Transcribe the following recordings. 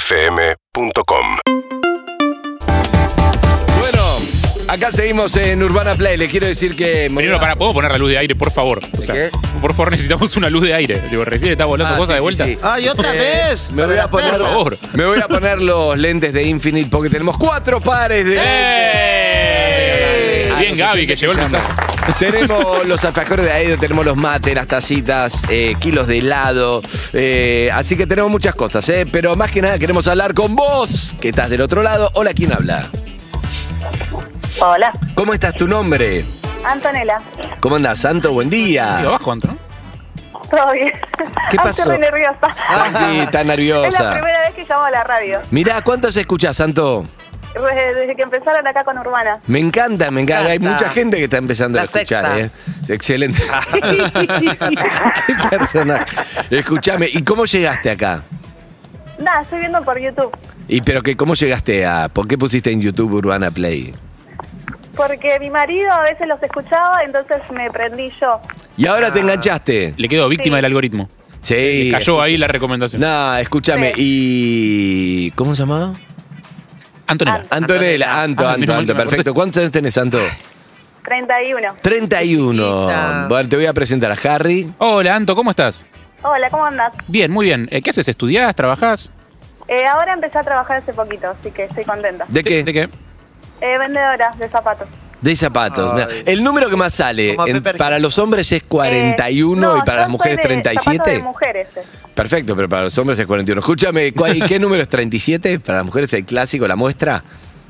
UrbanaPlayFM.com Bueno, acá seguimos en Urbana Play. Les quiero decir que. Primero, para, ¿podemos poner la luz de aire, por favor? O sea, ¿Qué? por favor, necesitamos una luz de aire. Digo, recién está volando Ah, cosas sí, de sí, vuelta. sí. ¡Ay, otra Eh, vez! Me voy, a poner, Por favor. me voy a poner los lentes de Infinite porque tenemos cuatro pares de. ¡Eh! Ah, Bien, no sé Gaby, si que te llegó el llama. mensaje. Tenemos los alfajores de Aedo, tenemos los mates, las tacitas, eh, kilos de helado. eh, así que tenemos muchas cosas, ¿eh? Pero más que nada queremos hablar con vos, que estás del otro lado. Hola, ¿quién habla? Hola, ¿Cómo estás? ¿Tu nombre? Antonella. ¿Cómo andás, Santo? Buen Digo, día. abajo, Anton. ¿Todo bien? ¿Qué Ay, pasó? Ah, Estoy re nerviosa. Ay, está es la nerviosa. primera vez que llamo a la radio. Mirá, ¿cuántos escuchás, Santo? Re- Desde que empezaron acá con Urbana. Me encanta, me encanta. Hay Encanta. mucha gente que está empezando a La escuchar. ¿eh? sexta. Excelente. Qué personaje. Escuchame, ¿y cómo llegaste acá? Nada, estoy viendo por YouTube. ¿Y pero que cómo llegaste a.? ¿Por qué pusiste en YouTube Urbana Play? Porque mi marido a veces los escuchaba, entonces me prendí yo. Y ahora Ah. te enganchaste. Le quedó víctima Sí. del algoritmo. Sí. Cayó ahí la recomendación. No, escúchame. ¿Y. ¿Cómo se llamaba? Antonella. Antonella, Anto, Ah, Anto, menos Anto, mal que me acordé. perfecto. ¿Cuántos años tenés, Anto? 31. 31. Chiquita. Bueno, te voy a presentar a Harry. Hola, Anto, ¿cómo estás? Hola, ¿cómo andás? Bien, muy bien. Eh, ¿Qué haces? ¿Estudiás? ¿Trabajás? Eh, ahora empecé a trabajar hace poquito, así que estoy contenta. ¿De qué? ¿De qué? Eh, vendedora de zapatos. Eh, De zapatos. Ay. El número que más sale Como en- Pepper para Hill. los hombres es Eh, 41 y no, para yo las mujeres soy de zapatos 37. de mujeres. eh. Perfecto, pero para los hombres es 41. Escúchame, ¿cuál- ¿y qué número es 37? Para las mujeres el clásico, la muestra.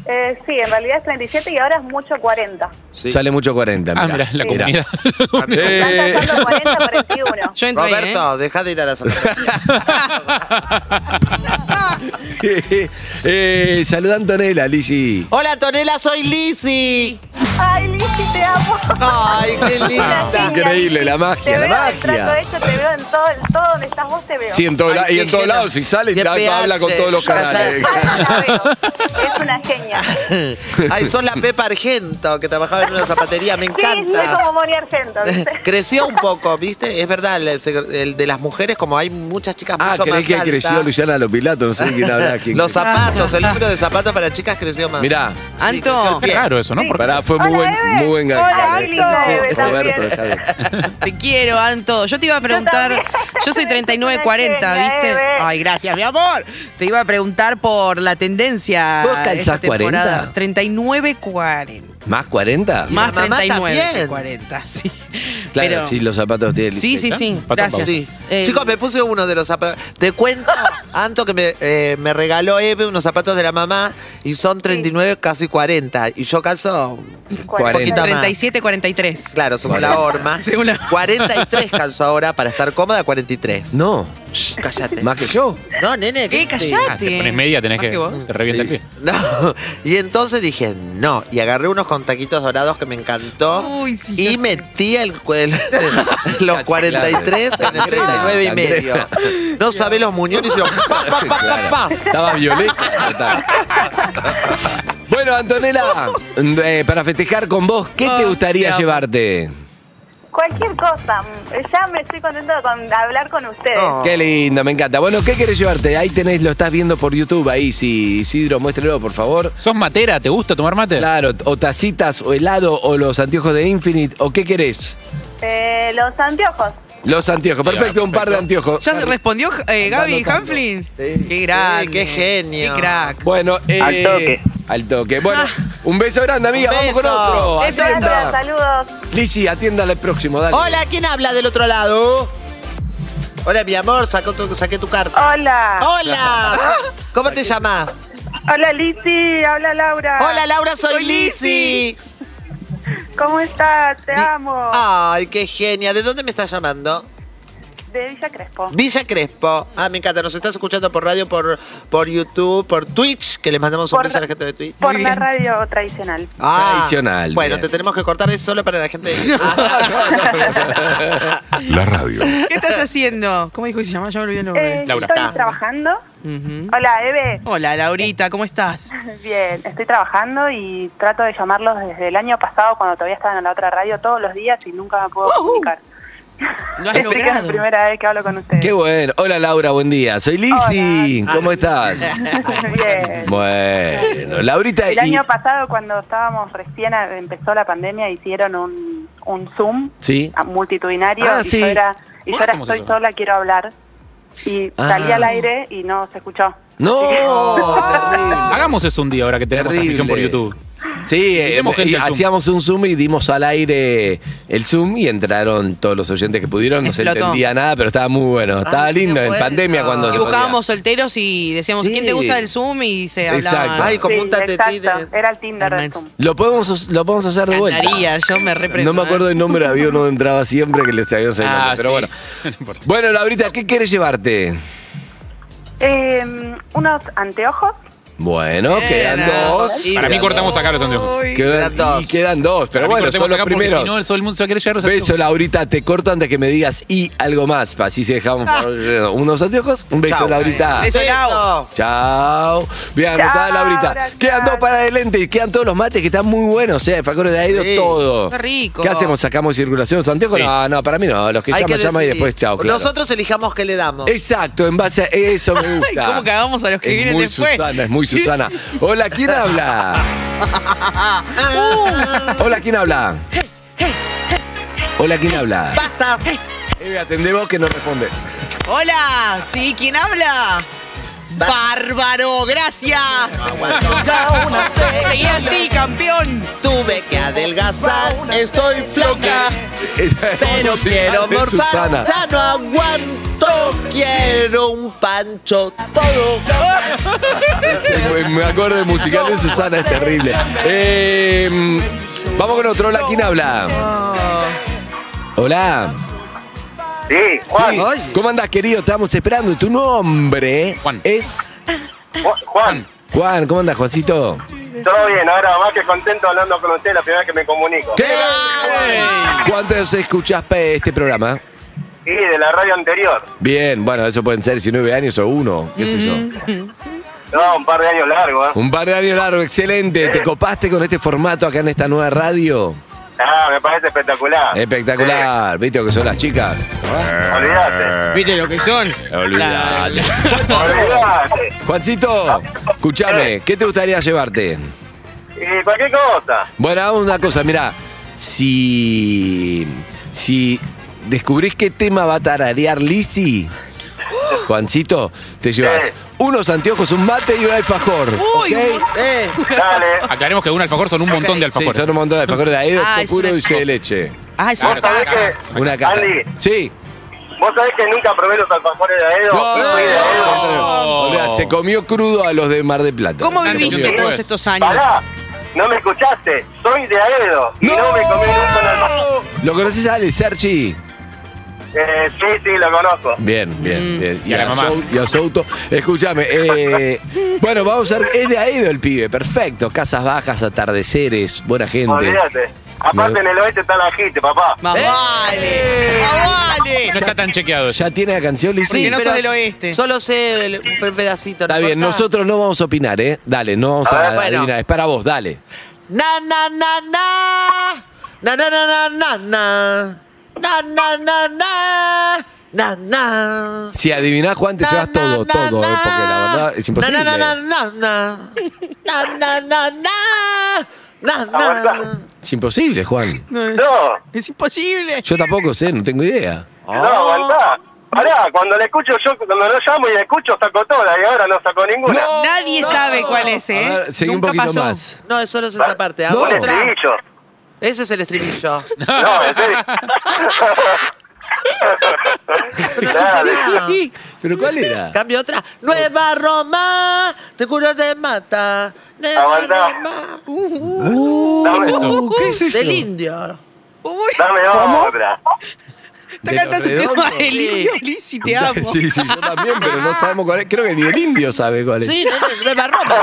Eh, sí, en realidad es 37 y ahora es mucho 40. Sí. Sale mucho 40. Ah, mira, la Sí. comunidad. Están Eh. tachando 40, 41. Yo entré, Roberto, deja de ir a la sala. eh, saluda a Antonella, Lisi. Hola, Tonela, soy Lizzy. Ay, Lizzy, te amo. Ay, qué linda. Una genia, Increíble, Lizzy. la magia, te la veo en magia. trato hecho, te veo en todo, en todo donde estás vos, te veo. Sí, en todo Ay, la- y qué en todos gena. lados, si sale, Qué ta- pH. habla con todos los canales. La veo. Es una genia. Ay, son la Pepa Argento, que trabajaba en una zapatería, me Sí, soy como encanta. Moni Argento. ¿viste? Creció un poco, ¿viste? Es verdad, el, el de las mujeres, como hay muchas chicas Ah, mucho creí más que altas. creció Luciana Lopilato, no sé quién habla aquí. Los zapatos, el libro de zapatos para chicas creció más. Mirá, Anto, Qué raro eso, ¿no? Porque ah, pará, fue muy Hola, buen, Eve. muy buen Hola, gancho. linda Eve, también. Roberto, dejá de- te quiero, Anto. Yo te iba a preguntar, también. yo soy Una 3940, genia, ¿viste? Eve. Ay, gracias, mi amor. Te iba a preguntar por la tendencia ¿Vos calzás esta temporada. 40? 3940. ¿Más 40? la Más mamá 39 que también. 40, sí. Claro, Pero- sí, los zapatos tienen. Sí, sí, ¿Está? sí. Pato, Gracias. Sí. Eh, Chicos, me puse uno de los zapatos. Te cuento, Anto, que me, eh, me regaló Eve unos zapatos de la mamá y son 39, casi 40. Y yo calzo Cuarenta. Poquita más. 37, 43. Claro, según la horma. Según la- 43 calzo ahora para estar cómoda, 43. No, Shh, cállate. más que yo. No, nene. ¿Qué? sí. Ah, Callate. te pones media, tenés Más que. que vos. Te revienta Sí. el pie. No. Y entonces dije, no. Y agarré unos con taquitos dorados que me encantó. Uy, sí, y ya metí el, el- los 43 en el 39 y medio. No sabés los muñones y los pa, pa, pa, pa, pa. Claro, Estaba violeta. ya está. bueno, Antonella, eh, para festejar con vos, ¿qué te Ah, te gustaría amo. llevarte? Cualquier cosa. mm, Ya me estoy contenta con hablar con ustedes. Oh. No. Qué lindo, me encanta. Bueno, ¿qué querés llevarte? Ahí tenés, lo estás viendo por YouTube, ahí sí, Isidro, muéstrelo, por favor. ¿Sos matera? ¿Te gusta tomar mate? Claro, o tacitas, o helado, o los anteojos de Infinite, o qué querés. Eh, los anteojos. Los anteojos, perfecto, un par de anteojos. ¿Ya se respondió eh, Gaby Andando Hanflin? Sí. Qué grande. Sí, qué genio. Qué crack. Bueno, eh, Al toque. Al toque. Bueno, Ah. un beso grande, amiga. Un Vamos con beso. otro. Beso grande, Atienda. Gracias, saludos. Lizzy, atiéndale el próximo, dale. Hola, ¿quién habla del otro lado? Hola, mi amor, sacó tu- saqué tu carta. Oh. Hola. Hola. ¿Cómo te llamas? Hola, Lizzy. Habla Laura. Hola, Laura, soy Lizzy. ¿Cómo estás? Te amo. Ay, qué genia. ¿De dónde me estás llamando? De Villa Crespo. Villa Crespo. Ah, me encanta. Nos estás escuchando por radio, por, por YouTube, por Twitch, que les mandamos un Por beso a la ra- gente de Twitch. Por Muy la bien. radio tradicional. Ah, Tradicional, Bueno, bien. te tenemos que cortar es solo para la gente. de- La radio. ¿Qué estás haciendo? ¿Cómo dijo que se llama? Ya me olvidé el nombre. Eh, Laura. Estoy trabajando. Ujú. Hola, Eve. Hola, Laurita, ¿cómo estás? Bien, estoy trabajando y trato de llamarlos desde el año pasado cuando todavía estaban en la otra radio todos los días y nunca me puedo comunicar. Lo has Esta es la logrado. primera vez que hablo con ustedes. Qué bueno. Hola Laura, buen día. Soy Lizzy. Hola. ¿Cómo estás? Bien. Bueno, Laurita El y... año pasado, cuando estábamos recién, a- empezó la pandemia, hicieron un, un Zoom Sí. a- multitudinario Ah, y sí. yo era, y yo ¿Cómo era hacemos estoy eso? sola, quiero hablar. Y Ah. salí al aire y no se escuchó. No. Hagamos eso un día ahora que tenemos Terrible. transmisión por YouTube. Sí, eh, Invitemos gente y al Zoom. hacíamos un Zoom y dimos al aire el Zoom y entraron todos los oyentes que pudieron. No se Explotó. entendía nada, pero estaba muy bueno. Estaba Ay, qué lindo en bueno. pandemia cuando Y se podía. buscábamos solteros y decíamos, Sí. ¿quién te gusta del Zoom? Y se Exacto. hablaba. Ay, como Sí, un tatetí exacto. de- Era el Tinder del Hermans. Zoom. Lo podemos, lo podemos hacer de vuelta. Encantaría, yo me reprendo. No me acuerdo ¿eh? el nombre, había uno que entraba siempre que le sabía ese nombre, Ah, pero sí. bueno. No importa. Bueno, Laurita, ¿qué quieres llevarte? Eh, unos anteojos. Bueno, quedan Era. dos. Y- Para mí Quedan cortamos acá los anteojos. dos. Uy. Quedan, Quedan dos. Y quedan dos, pero Para mí bueno, cortemos son los acá porque primeros. Si no, todo el mundo se va a querer llevar los Beso, anteojos. Laurita, te corto antes que me digas y algo más. Así se dejamos por- unos anteojos. Un beso, Chau. Laurita. Beso. Beso. Chao. Bien, anotada Chao, Laurita. gracias. Quedan dos para adelante y quedan todos los mates que están muy buenos. Eh, Facores de Aido, Sí. todo. Qué rico. ¿Qué hacemos? ¿Sacamos circulación los anteojos? Sí. No, no, para mí no. Los que Hay llaman, que llaman y decidir. después chao. claro. Nosotros elijamos qué le damos. Exacto, en base a eso me Ay, gusta. ¿Cómo cagamos a los que es vienen muy después? Susana, es muy Susana. Hola, ¿quién habla? Ah, Hola, ¿quién habla? Hola, ¿quién habla? ¡Basta! Eh, atendé vos que no responde. Hola, sí, ¿quién habla? Bárbaro, gracias. Ya una Seguí vez así, campeón. Tuve que adelgazar. Estoy floca. Pero Eso sí, quiero es morfar. Susana. Ya no aguanto. Quiero un pancho todo. Ese, Me acorde musical de Susana es terrible. Eh, vamos con otro. Hola, ¿quién habla? Hola. Sí, Juan, Sí. ¿Cómo andás, querido? Estamos esperando. Tu nombre Juan. es Ju- Juan, Juan. ¿Cómo andás, Juancito? todo bien, ahora más que contento hablando con usted, la primera vez que me comunico. ¿Qué? ¿Cuántos escuchás pe- este programa? Y de la radio anterior, Bien, bueno, eso pueden ser si nueve años o uno, qué sé yo. no, un par de años largos. ¿eh? Un par de años largo, excelente. ¿Te copaste con este formato acá en esta nueva radio? Ah, me parece espectacular. Espectacular. ¿Viste lo que son las chicas? Sí, olvídate. ¿Viste lo que son? Olvidate. Olvídate. Juancito, escúchame, ¿qué te gustaría llevarte? Y cualquier cosa. Bueno, hagamos una cosa, mirá. Si. Si descubrís qué tema va a tararear Lisi, Juancito, te llevas Eh. unos anteojos, un mate y un alfajor. Uy, ¿ok? un montón. Eh, Dale. Aclaremos que un alfajor son un montón Sí, de alfajores. son un montón de alfajores de Aedo, Ah, es puro una y dulce de leche. Ah, es Claro, una Vos sabés caja. que, Una caja. Andy. Sí. vos sabés que nunca probé los alfajores de Aedo. ¡No! No fui de Aedo. No. Olvidá, se comió crudo a los de Mar del Plata. ¿Cómo Claro, viviste sí. todos estos años? Pará, no me escuchaste. Soy de Aedo. Y no, me comí ningún alfajor. ¿Lo conoces a Ale Sergi? Eh, sí, sí, lo conozco. Bien, bien, bien. Y a la mamá. Sou- y a Souto. Escúchame. eh, bueno, vamos a ver. Es de Aedo el pibe, perfecto. Casas bajas, atardeceres, buena gente. Olvídate. Aparte, Me- en el oeste está la gente, papá. Ah, Más Eh. ¿Eh? vale, más vale. No está tan chequeado ya. ¿Ya tiene la canción, Lizy? Porque no pero sos del oeste. Solo sé el- un pedacito. ¿no Está bien, importa? nosotros no vamos a opinar, ¿eh? Dale, no vamos A a, ver, bueno. adivinar. Es para vos, dale. Na, na, na, na. Na, na, na, na, na, na. Na, na, na, na. Na, na. Si adivinás, Juan, te Na, llevas na, todo, na, todo, na. eh, porque la verdad es imposible. Na, na, na, na, na. Na, na, na, na. Na, na. Aguantá. Es imposible, Juan. No. Es imposible. Yo tampoco sé, no tengo idea. No, aguantá. Pará, cuando le escucho yo, cuando lo llamo y le escucho, saco todas y ahora no saco ninguna. Nadie sabe cuál es, ¿eh? A ver, seguí un Nunca poquito pasó. más. No, es solo esa parte. No. Un Ahora otra. estribillo. Ese es el estribillo. No, en serio. Dale. ¿Pero cuál era? Cambio otra. Nueva Roma, te juro te mata. Nueva Aguantá. Roma. Uh, Dame eso. ¿Qué es eso? Del indio. Uy, Dame otra. está ¿De cantando los el tema redondos? del indio, Lizzy, te amo. Sí, sí, yo también, pero no sabemos cuál es. Creo que ni el indio sabe cuál es. Sí, nene, Nueva Roma.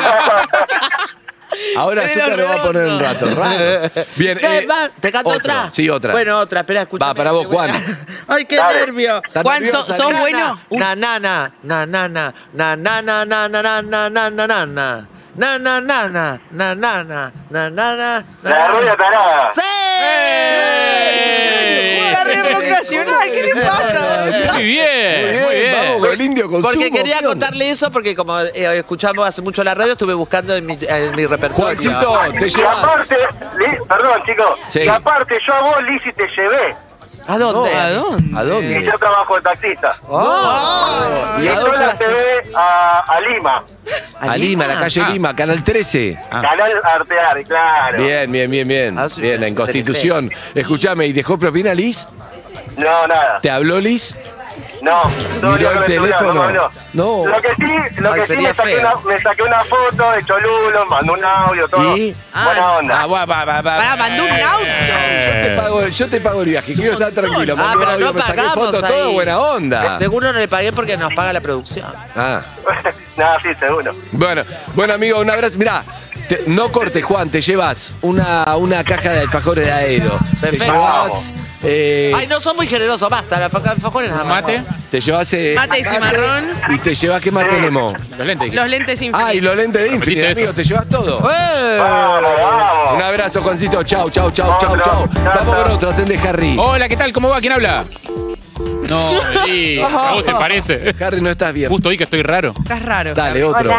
Ahora de Zucca los lo va a poner un rato. redondos. Raro. Bien. eh, Nueva- ¿Te canto otro. otra? Sí, otra. Bueno, otra. Espera, escucha. Va, para vos, Juan. Ay, qué Dale. nervio. ¿Estás Juan, nerviosa, sos- sos Lizzy? bueno. Na na na na na na na na na na na na na na na na na na na na na na na na na na na La rubia tarada. ¡Sí! está re rock nacional. ¿Qué le pasa? Muy bien, muy bien. Vamos con el indio con Porque Sumo, quería ¿qué onda? contarle eso, porque como eh, escuchamos hace mucho la radio, estuve buscando en mi, en mi repertorio. Juancito, te Y llevas. aparte, Li- perdón chicos, Sí. y aparte yo a vos, Lizzy, te llevé. ¿A dónde? ¿A ¿A dónde? Y dónde? yo trabajo de taxista. Oh. Y ¿Y a yo dónde la vas? llevé a, a Lima, A Lima, la calle Ah. Lima, Canal 13. Ah. Canal Artear, claro. Bien, bien, bien, bien. Ah, sí, Bien, en sí, Constitución. Escuchame, ¿y dejó propina Liz? No, nada. ¿Te habló Liz? No, no Miró hablé con el celular, teléfono. no me habló. No. Lo que sí, lo Ay, que sí sería me saqué, feo. una, me saqué una foto de Cholulo, mandó un audio, todo. ¿Y? Buena onda. Ah, va, va, va, va. Pará, mandó un audio. Yo te Eh. pago- Yo te pago el viaje, quiero estar tranquilo. Ah, mandó pero audio, no me saqué pagamos foto, ahí. Este- todo buena onda. Seguro no le pagué porque nos paga la producción. Ah. Nada, sí, seguro. Bueno, bueno amigo, un abrazo. Mirá, te- no cortes, Juan, te llevas una, una caja de alfajores de Aedo. Te Perfecto. llevas. eh, Ay, no son muy generosos, basta, la faca- alfajores nada más. Mate, te llevas. eh, Mate y cimarrón. Y te llevas, ¿qué más tenemos? los lentes. Los lentes infinitos. Ah, y los lentes de Prometiste Infinite, eso. amigo, te llevas todo. Vamos, Un vamos. abrazo, Juancito. Chau, chau, chau, chau, Otro. chau. Chao, Vamos chao. con otro, atende Harry. Oh. Hola, ¿qué tal? ¿Cómo va? ¿Quién habla? No, Liz, ¿a vos te parece? Harry, no estás bien. Justo hoy que estoy raro. Estás raro. Dale, otro.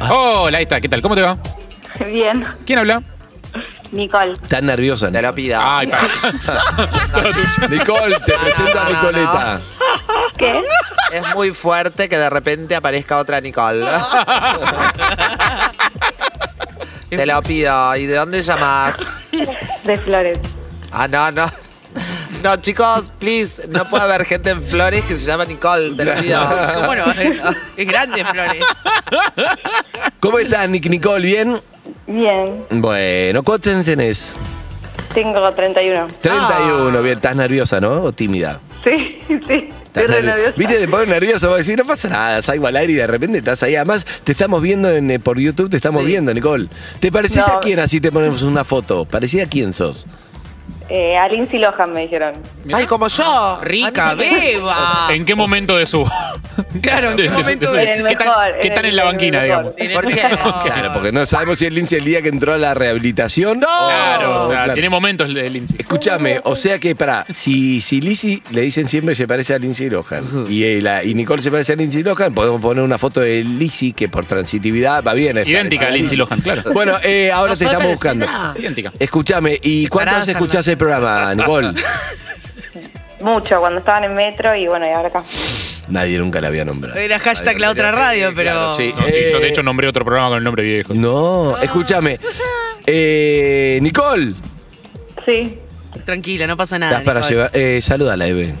Hola. Hola, ahí está, ¿qué tal? ¿Cómo te va? Bien, ¿Quién habla? Nicole. Estás nerviosa, Te Nicole. lo pido. Ay, para. Todo tuyo. Nicole, te presento a no, no, Nicoleta. ¿Qué? Es muy fuerte que de repente aparezca otra Nicole. Te lo pido. ¿Y de dónde llamas? De Flores. Ah, no, no. No, chicos, please, no puede haber gente en Flores que se llama Nicole, te lo pido. ¿Cómo no? Es grande, Flores. ¿Cómo estás, Nic Nicole? ¿Bien? Bien, Bueno, ¿cuántos años tenés? tengo 31. Ah. 31, bien. Estás nerviosa, ¿no? ¿O tímida? Sí, sí. Estás Estoy re nervi- nerviosa. Viste, te pones nervioso, vos decís, no pasa nada, salgo al aire y de repente estás ahí. Además, te estamos viendo en, eh, por YouTube, te estamos viendo, Nicole. ¿Te parecís No. a quién así te ponemos una foto? ¿Parecida a quién sos? Eh, a Lindsay Lohan me dijeron. Ay, como yo. Rica, A mí también. Ah. beba. ¿En qué momento de su. Claro, ¿en qué momento de- ¿Qué tan, Mejor, qué tan en la en el banquina, mejor. digamos? ¿Por qué? Claro, porque no sabemos si es Lince el día que entró a la rehabilitación. Oh, ¡No! Claro, o sea, tiene momentos de Lindsay. Escúchame, o sea que, pará, si, si Lizzy le dicen siempre se parece a Lindsay Lohan y, eh, la- y Nicole se parece a Lindsay Lohan, podemos poner una foto de Lizzy que por transitividad va bien. es Idéntica a parecida Lindsay Lohan, claro. Bueno, eh, ahora No te soy estamos parecida. buscando. Idéntica. Escúchame, ¿y Separada, cuántas veces Fernanda. escuchás el programa, Nicole? Mucho, cuando estaban en metro y bueno, y ahora acá. Nadie nunca la había nombrado. Era hashtag Nadie la otra radio, Sí, pero- claro, sí. No, sí, yo de Eh, hecho nombré otro programa con el nombre viejo. No, escúchame. Eh, Nicole, Sí. Tranquila, no pasa nada. estás para Ah, Nicole. llevar. Eh, salúdala, Eve.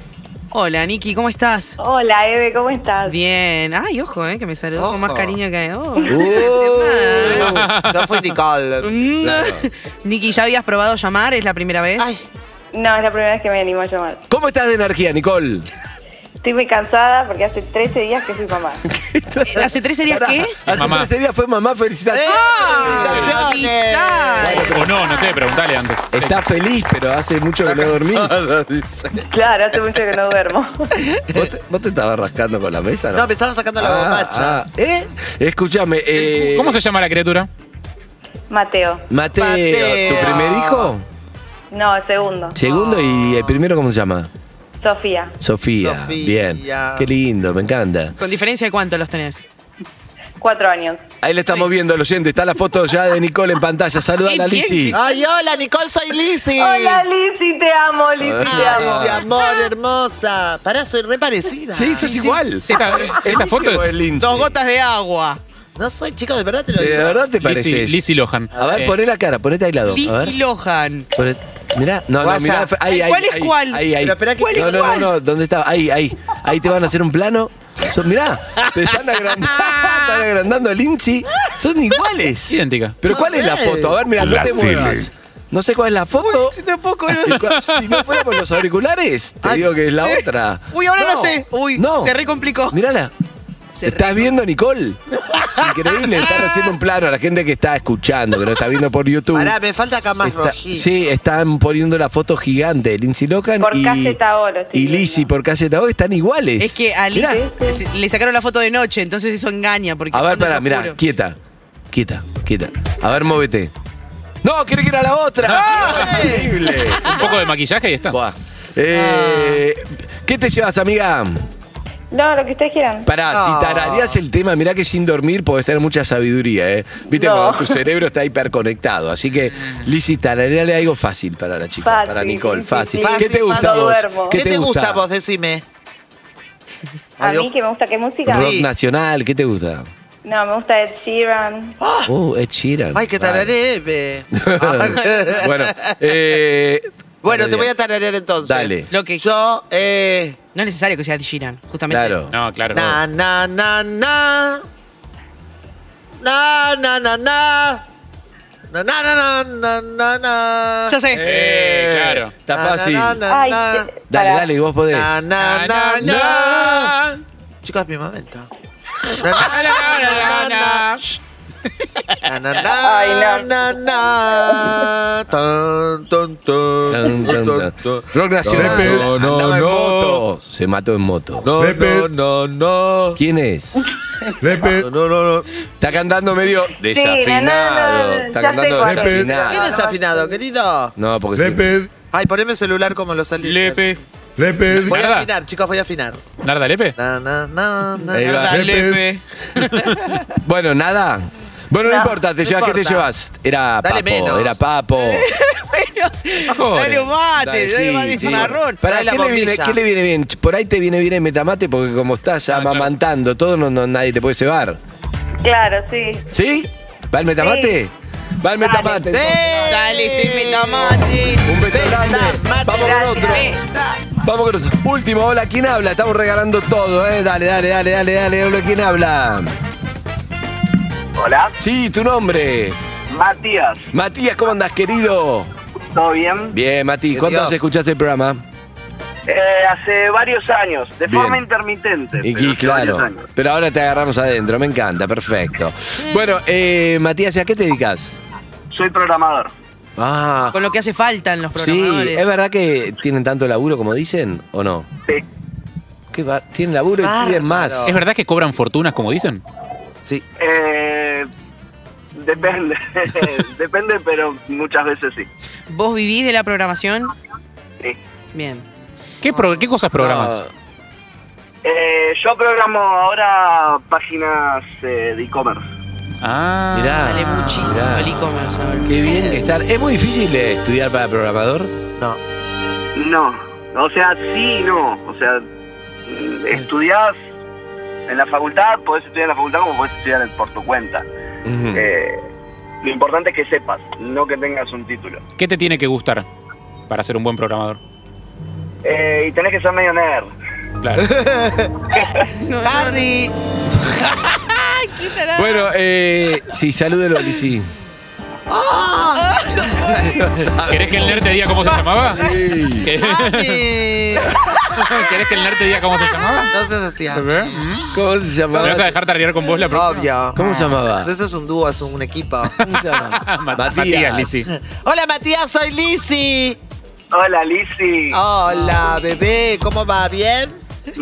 Hola, Niki, ¿cómo estás? Hola, Eve, ¿cómo estás? Bien. Ay, ojo, eh, que me saludó con más Ojo. cariño que. Oh, Uh. no voy a decir nada. Yo fui Nicole. Mm. Niki, ¿ya habías probado llamar? ¿Es la primera vez? Ay, No, es la primera vez que me animo a llamar. ¿Cómo estás de energía, Nicole? Estoy muy cansada porque hace 13 días que soy mamá. ¿Hace 13 días eh, Pará, qué? Hace Mamá. 13 días fue mamá, felicitaciones. ¡Ah! ¡Felicitaciones! O no, no sé, preguntale antes. Estás feliz, pero hace mucho que no dormís. Claro, hace mucho que no duermo. ¿Vos te, vos te estabas rascando con la mesa, ¿no? no, me estaba sacando la Ah, bombacha. ah, ¿eh? Escúchame. Eh, ¿Cómo se llama la criatura? Mateo. Mateo, Mateo. ¿tu primer hijo? No, segundo. Segundo y el primero, ¿cómo se llama? Sofía. Sofía. Sofía. Bien. Qué lindo, me encanta. ¿Con diferencia de cuánto los tenés? Cuatro años. Ahí la estamos viendo, el oyente. Está la foto ya de Nicole en pantalla. Saluda a Bien, bien. Lizzy. Ay, hola, Nicole, soy Lizzy. Hola, Lizzy, te amo, Lizzy, te Ah, Ay, amo. mi amor, hermosa. Pará, soy re parecida. Sí, sos igual. Esa, esa foto es. Dos gotas. de agua. No soy, chicos, de verdad te lo ¿De digo. verdad te Lizzy, pareces? Lizzy Lohan. A ver, Eh, poné la cara, ponete ahí la dos. A Lizzy ver. Lohan. Poné- Mirá, no, no, Guaya. mirá. Ahí, ahí, ¿Cuál es ahí, cuál? Ahí, ahí. Pero esperá que- no, ¿Cuál es no, no, cuál? no, ¿dónde estaba? Ahí, ahí. Ahí te van a hacer un plano. Son, mirá, te están agrandando, están agrandando el Lindsay. Son iguales. Idéntica. Pero ¿cuál es la foto? A ver, mira, no La te tele. muevas. No sé cuál es la foto. Yo tampoco. Y cua- Si no fuera por los auriculares, te digo que es la otra. Uy, ahora no, sé. Uy, No. se recomplicó. Mírala. Se ¿Estás viendo, Nicole? Es increíble. Están haciendo un plano a la gente que está escuchando, que lo está viendo por YouTube. Pará, me falta acá más Está- rojito. sí, están poniendo la foto gigante de Lindsay Lohan Por y, Caseta Oro, estoy y viendo. Lizzy por Caseta Oro. Están iguales. Es que a Mirá. Lizzy se- le sacaron la foto de noche, entonces eso engaña. Porque A ver, cuando es pará, mirá, oscuro. quieta. Quieta, quieta. A ver, Ah, móvete. No, quiere que era la otra. ¡Increíble! Un poco de maquillaje y ya está. Buah. Eh, Ah. ¿Qué te llevas, amiga? No, lo que ustedes quieran. Pará, Ah. si tararías el tema, mirá que sin dormir podés tener mucha sabiduría, ¿eh? Viste, No. cuando tu cerebro está hiperconectado. Así que, Lizzy, tarareale algo fácil para la chica, Fácil, para Nicole, sí, fácil. sí, sí. ¿Qué te gusta a Fácil, vos? duermo. ¿Qué, te gusta a vos? Decime. A Adiós. mí que me gusta qué música. Rock Sí. nacional, ¿qué te gusta? No, me gusta Ed Sheeran. Uh, es Sheeran. Ah. Ay, que Vale. tararé. ve. bueno, eh, Bueno, tararía. te voy a tararear entonces. Dale. Lo que- Yo, eh. No es necesario que sea de Sheeran, justamente. Claro. No, claro. Na, na, na, na. Na, na, na, na. Na, na, na, na, na, na. Ya sé. Eh, claro. Está fácil. Na, na, Ay, na, qué- Ah, Dale, pará. dale, vos podés. na. Na, na, na, na. Chicas, mi mamá está. Na, na, na, na, na. Shh. Na, na, na, Ay, no. na, na. Tan, tan, tan, Tan, tan, tan, tan. tan. Rock Nacional. No, no, Andaba en no. moto. Se mató en moto. No, no, no, no. ¿Quién es? No, no, no. Está cantando medio no, desafinado. no, no, Está ya cantando sé cuál. ¿Qué desafinado. Repet. desafinado, querido? No, porque sí. Ay, poneme el celular como lo salí. Lepe. Voy a Nada. afinar, chicos, voy a afinar. ¿Narda Lepe? Na, na, na, na. Ahí va. Dale, Bueno, nada. Bueno, no, No, importa, te no llevas, ¿qué te importa. llevas? Era Dale papo, menos. era papo. Menos. Dale un Ah, mate, dale, sí, un mate y sí. marrón. Pará, Dale la ¿qué le, viene, bombilla. qué le viene bien? Ch- Por ahí te viene bien el metamate porque como estás Ah, claro. amamantando, todo no, no- nadie te puede cebar. Claro, sí. ¿Sí? ¿Va el metamate? Va el metamate. ¡Eh! Dale, se meta mate. Un beso grande. Metamate. Vamos con otro. Meta. Vamos con otro. Último, hola, ¿quién habla? Estamos regalando todo, ¿eh? Dale, dale, dale, dale, dale, hola, ¿quién habla? Hola, Sí, tu nombre. Matías, Matías, ¿cómo andas, querido? ¿todo bien? Bien, Mati, ¿cuántas Dios. veces escuchaste el programa? Eh, hace varios años, de Bien. forma intermitente. Y, Eh, pero y hace claro, varios años. pero ahora te agarramos adentro, me encanta, perfecto. Bueno, eh, Matías, ¿y ¿a qué te dedicas? Soy programador. Ah, Con lo que hace falta en los sí, programadores. ¿es verdad que tienen tanto laburo como dicen o no? Sí. ¿Qué va? Tienen laburo y Bárbaro. piden más. ¿Es verdad que cobran fortunas, como dicen? Sí. Eh, depende, depende, pero muchas veces sí. ¿Vos vivís de la programación? sí. Bien. ¿Qué, pro- qué cosas programas? Ah, Eh, yo programo ahora páginas eh, de e-commerce. Ah. mirá, Dale muchísimo mirá. el e-commerce ahora. Qué bien que está. ¿Es muy difícil eh, estudiar para programador? No. No, o sea, sí y no. O sea, mm, estudiás en la facultad, podés estudiar en la facultad como podés estudiar en- por tu cuenta. Ujú. Eh, lo importante es que sepas, no que tengas un título. ¿Qué te tiene que gustar para ser un buen programador? Eh, y tenés que ser medio nerd. Claro. Harry. Bueno, eh, sí, salúdelo, sí. ¿Querés que el nerd te diga cómo se llamaba? ¿Qué- Harry. ¿Querés que el nerd te diga cómo se llamaba? No seas así. Harry. ¿Cómo se ¿Me llamaba? vas a dejar tardear con vos la próxima? Obvio. ¿Cómo se llamaba? Eso es un dúo, es un equipo. ¿Cómo se llama? Mat- Ah, Matías, Lizzy. Hola Matías, soy Lizzy. Hola, Lizzy. Ah. Hola bebé, ¿cómo va? ¿Bien?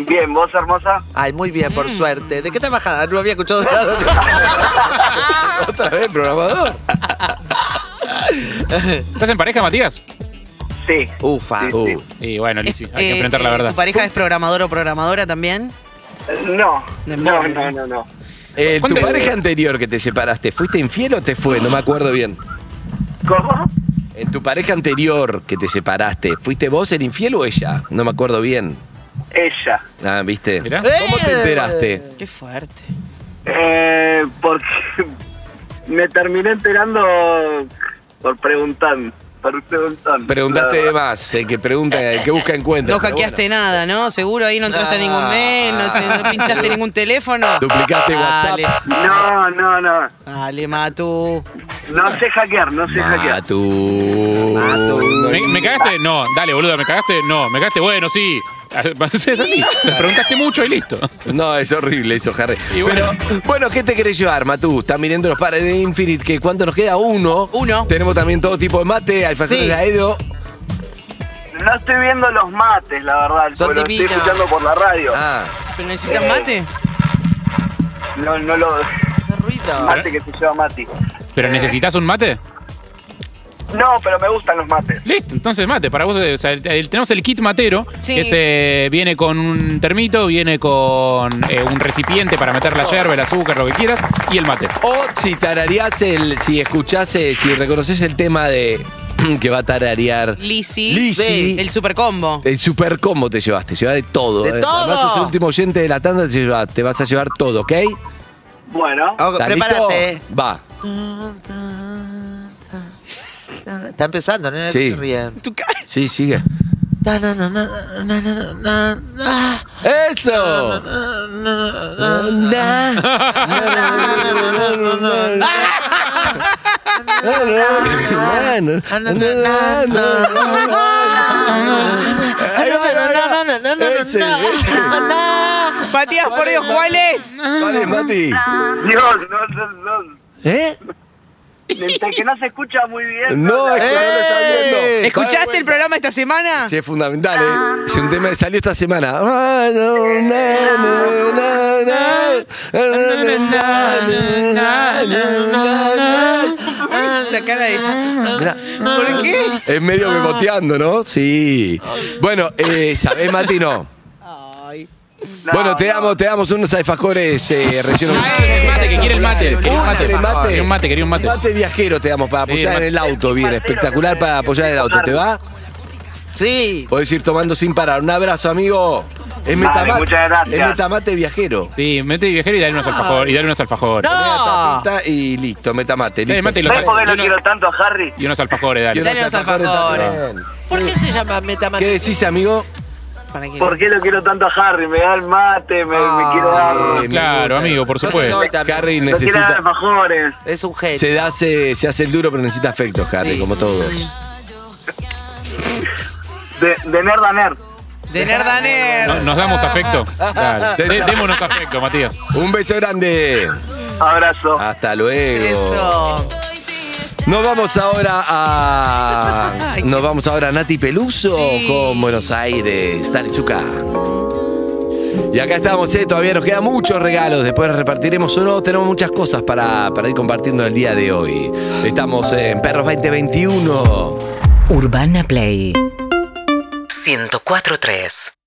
Bien, vos hermosa. Ay, muy bien, por suerte. ¿De qué trabajada? No había escuchado ¿Otra vez programador? ¿Estás en pareja, Matías? Sí. Ufa. Sí. Uh, Y bueno, Lizzy, hay que Eh, enfrentar eh, la verdad. ¿Tu pareja es programador o programadora también? No, De no, moda. no, no, no. eh, ¿Tu ¿Cuánto- pareja anterior que te separaste, fuiste infiel o te fue? No me acuerdo bien. ¿Cómo? ¿En tu pareja anterior que te separaste, fuiste vos el infiel o ella? No me acuerdo bien. Ella. Ah, ¿viste? Mirá. Eh, ¿Cómo te enteraste? Qué fuerte. Eh, porque me terminé enterando por preguntando. Por preguntando. Preguntaste de más, el que pregunta, el que busca encuentra. No pero hackeaste nada, ¿no? Seguro ahí no entraste a ningún mail, no, se- no pinchaste ningún teléfono. Duplicaste Ah, WhatsApp. Dale, No, no, no. dale, Matu. No sé hackear, no sé bueno. hackear. Matu. eh, ¿Me, me cagaste? No, dale, boluda, ¿me cagaste? No, ¿me cagaste? Bueno, sí. Es así. Te preguntaste mucho y listo. No, es horrible eso, Harry. Y bueno. bueno. Pero, bueno, ¿qué te querés llevar, Matú? Están mirando los pares de Infinite, que cuánto nos queda, uno. Uno. Tenemos también todo tipo de mate, alfajores Sí. de Aedo. No estoy viendo los mates, la verdad. Son pero estoy divinos. escuchando por la radio. Ah, ¿Pero necesitas mate? No, no lo. Qué ruido. Mate que se lleva Mati. ¿Pero necesitas un mate? No, pero me gustan los mates. Listo, entonces mate, para vos, o sea, el- el- tenemos el kit matero, Sí. que se viene con un termito, viene con eh, un recipiente para meter la yerba, el azúcar, lo que quieras, y el mate. O si tarareás el, si escuchás, eh, si reconoces el tema de que va a tararear Lisi. Lisi. El super combo. El super combo te llevaste, llevas de todo. ¡De eh. todo! Además, sos el último oyente de la tanda, te, lleva- te vas a llevar todo, ¿ok? Bueno, Ah, ¿Estás prepárate. listo? Va. Está empezando, ¿no? Sí. Qué bien. Tu ca- Sí, sigue. Ta, na, na, na, na, na, na, na. ¡Eso! Ahí va, ahí va. Ese, ese. Matías, por Dios, ¿cuál es? Vale, Mati. Dios, no, no, no. ¿Eh? Desde que no se escucha muy bien. No, eh, es que no lo está viendo. ¡Eh! ¿Escuchaste el programa esta semana? Sí, es fundamental, ¿eh? Es un tema que salió esta semana. Sacá la de- Mirá. ¿Por qué? Es medio beboteando, ¿no? Sí. Bueno, eh, ¿sabés, Mati? No. No, Bueno, te no. damos, te damos unos alfajores eh, recién El mate, que quiere el mate. Quería un Una, mate, el mate. Quería un mate, quería un mate. Mate viajero te damos para Sí, apoyar en mate. el auto, bien, espectacular para apoyar en el auto, ¿te va? Sí. Podés ir tomando sin parar. Un abrazo, amigo. Es Vale, metamate, muchas gracias. es metamate viajero. Sí, mete viajero y dale unos alfajores. Y dale unos alfajores. ¡No! Está- Y listo, metamate, Dale, listo. mate y los ¿Sabes por qué y lo unos- quiero tanto a Harry? Y unos alfajores, Y dale. unos Dale los alfajores. también. ¿Por qué se llama ¿Qué Metamanía? decís, amigo? ¿Para qué? ¿Por qué lo quiero tanto a Harry? Me da el mate, me, me quiero dar. Eh, Claro, amigo, por Yo te supuesto. doy también. Harry Me quiero dar necesita... alfajores. Es un genio. Se hace, se hace el duro, pero necesita afecto, Harry, Sí. como todos. De, de nerd a nerd. De nerd a nerd. No- nos damos afecto. Dale. De- Démonos afecto, Matías. Un beso grande. Abrazo. Hasta luego. Eso. Nos vamos ahora a. Nos vamos ahora a Nati Peluso Sí. con Buenos Aires. Dale, Zucca. Y acá estamos, ¿eh? todavía nos quedan muchos regalos. Después repartiremos o no. Tenemos muchas cosas para, para ir compartiendo el día de hoy. Estamos en Perros 2021. Urbana Play 104.3